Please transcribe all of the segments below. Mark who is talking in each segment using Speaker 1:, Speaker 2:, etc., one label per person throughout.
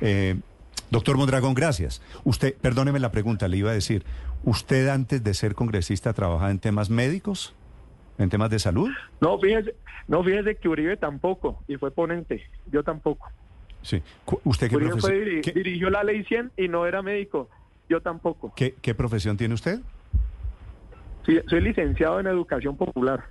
Speaker 1: Eh, doctor Mondragón, gracias. Usted, perdóneme la pregunta, le iba a decir, ¿usted antes de ser congresista trabajaba en temas médicos? ¿En temas de salud?
Speaker 2: No, fíjese, no, fíjese que Uribe tampoco, y fue ponente, yo tampoco.
Speaker 1: Sí. Cu- ¿Usted qué,
Speaker 2: Uribe fue
Speaker 1: profesión-
Speaker 2: diri-
Speaker 1: qué-
Speaker 2: dirigió la ley 100 y no era médico, yo tampoco.
Speaker 1: qué- qué profesión tiene usted?
Speaker 2: Sí, soy licenciado en educación popular.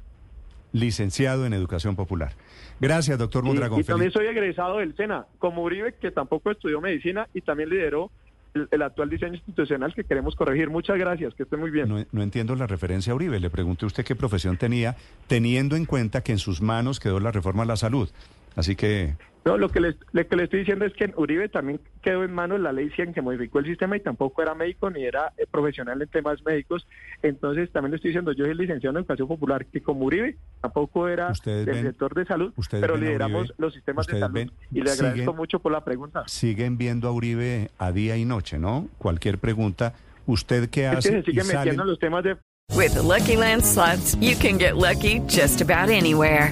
Speaker 1: Licenciado en Educación Popular. Gracias, doctor
Speaker 2: Y-
Speaker 1: Mondragón.
Speaker 2: y también
Speaker 1: Feliz-
Speaker 2: soy egresado del SENA, como Uribe, que tampoco estudió medicina y también lideró el, el actual diseño institucional que queremos corregir. Muchas gracias, que esté muy bien.
Speaker 1: No, no entiendo la referencia a Uribe. Le pregunté a usted qué profesión tenía, teniendo en cuenta que en sus manos quedó la reforma a la salud. Así que,
Speaker 2: No, lo que, le, lo que le estoy diciendo es que Uribe también quedó en manos la ley 100 que modificó el sistema y tampoco era médico ni era eh, profesional en temas médicos. Entonces también le estoy diciendo, yo soy licenciado en educación popular, que como Uribe tampoco era
Speaker 1: Ustedes
Speaker 2: del
Speaker 1: ven-
Speaker 2: sector de salud,
Speaker 1: ustedes
Speaker 2: pero
Speaker 1: ven a
Speaker 2: lideramos
Speaker 1: Uribe,
Speaker 2: los sistemas de
Speaker 1: ustedes
Speaker 2: salud.
Speaker 1: ven-
Speaker 2: y le agradezco
Speaker 1: siguen-
Speaker 2: mucho por la pregunta.
Speaker 1: siguen viendo a Uribe a día y noche, ¿no? Cualquier pregunta, ¿usted qué
Speaker 2: Es que
Speaker 1: hace?
Speaker 2: se sigue
Speaker 1: y sale-
Speaker 2: metiendo en los temas de...
Speaker 3: With the Lucky Land slots, you can get lucky just about anywhere.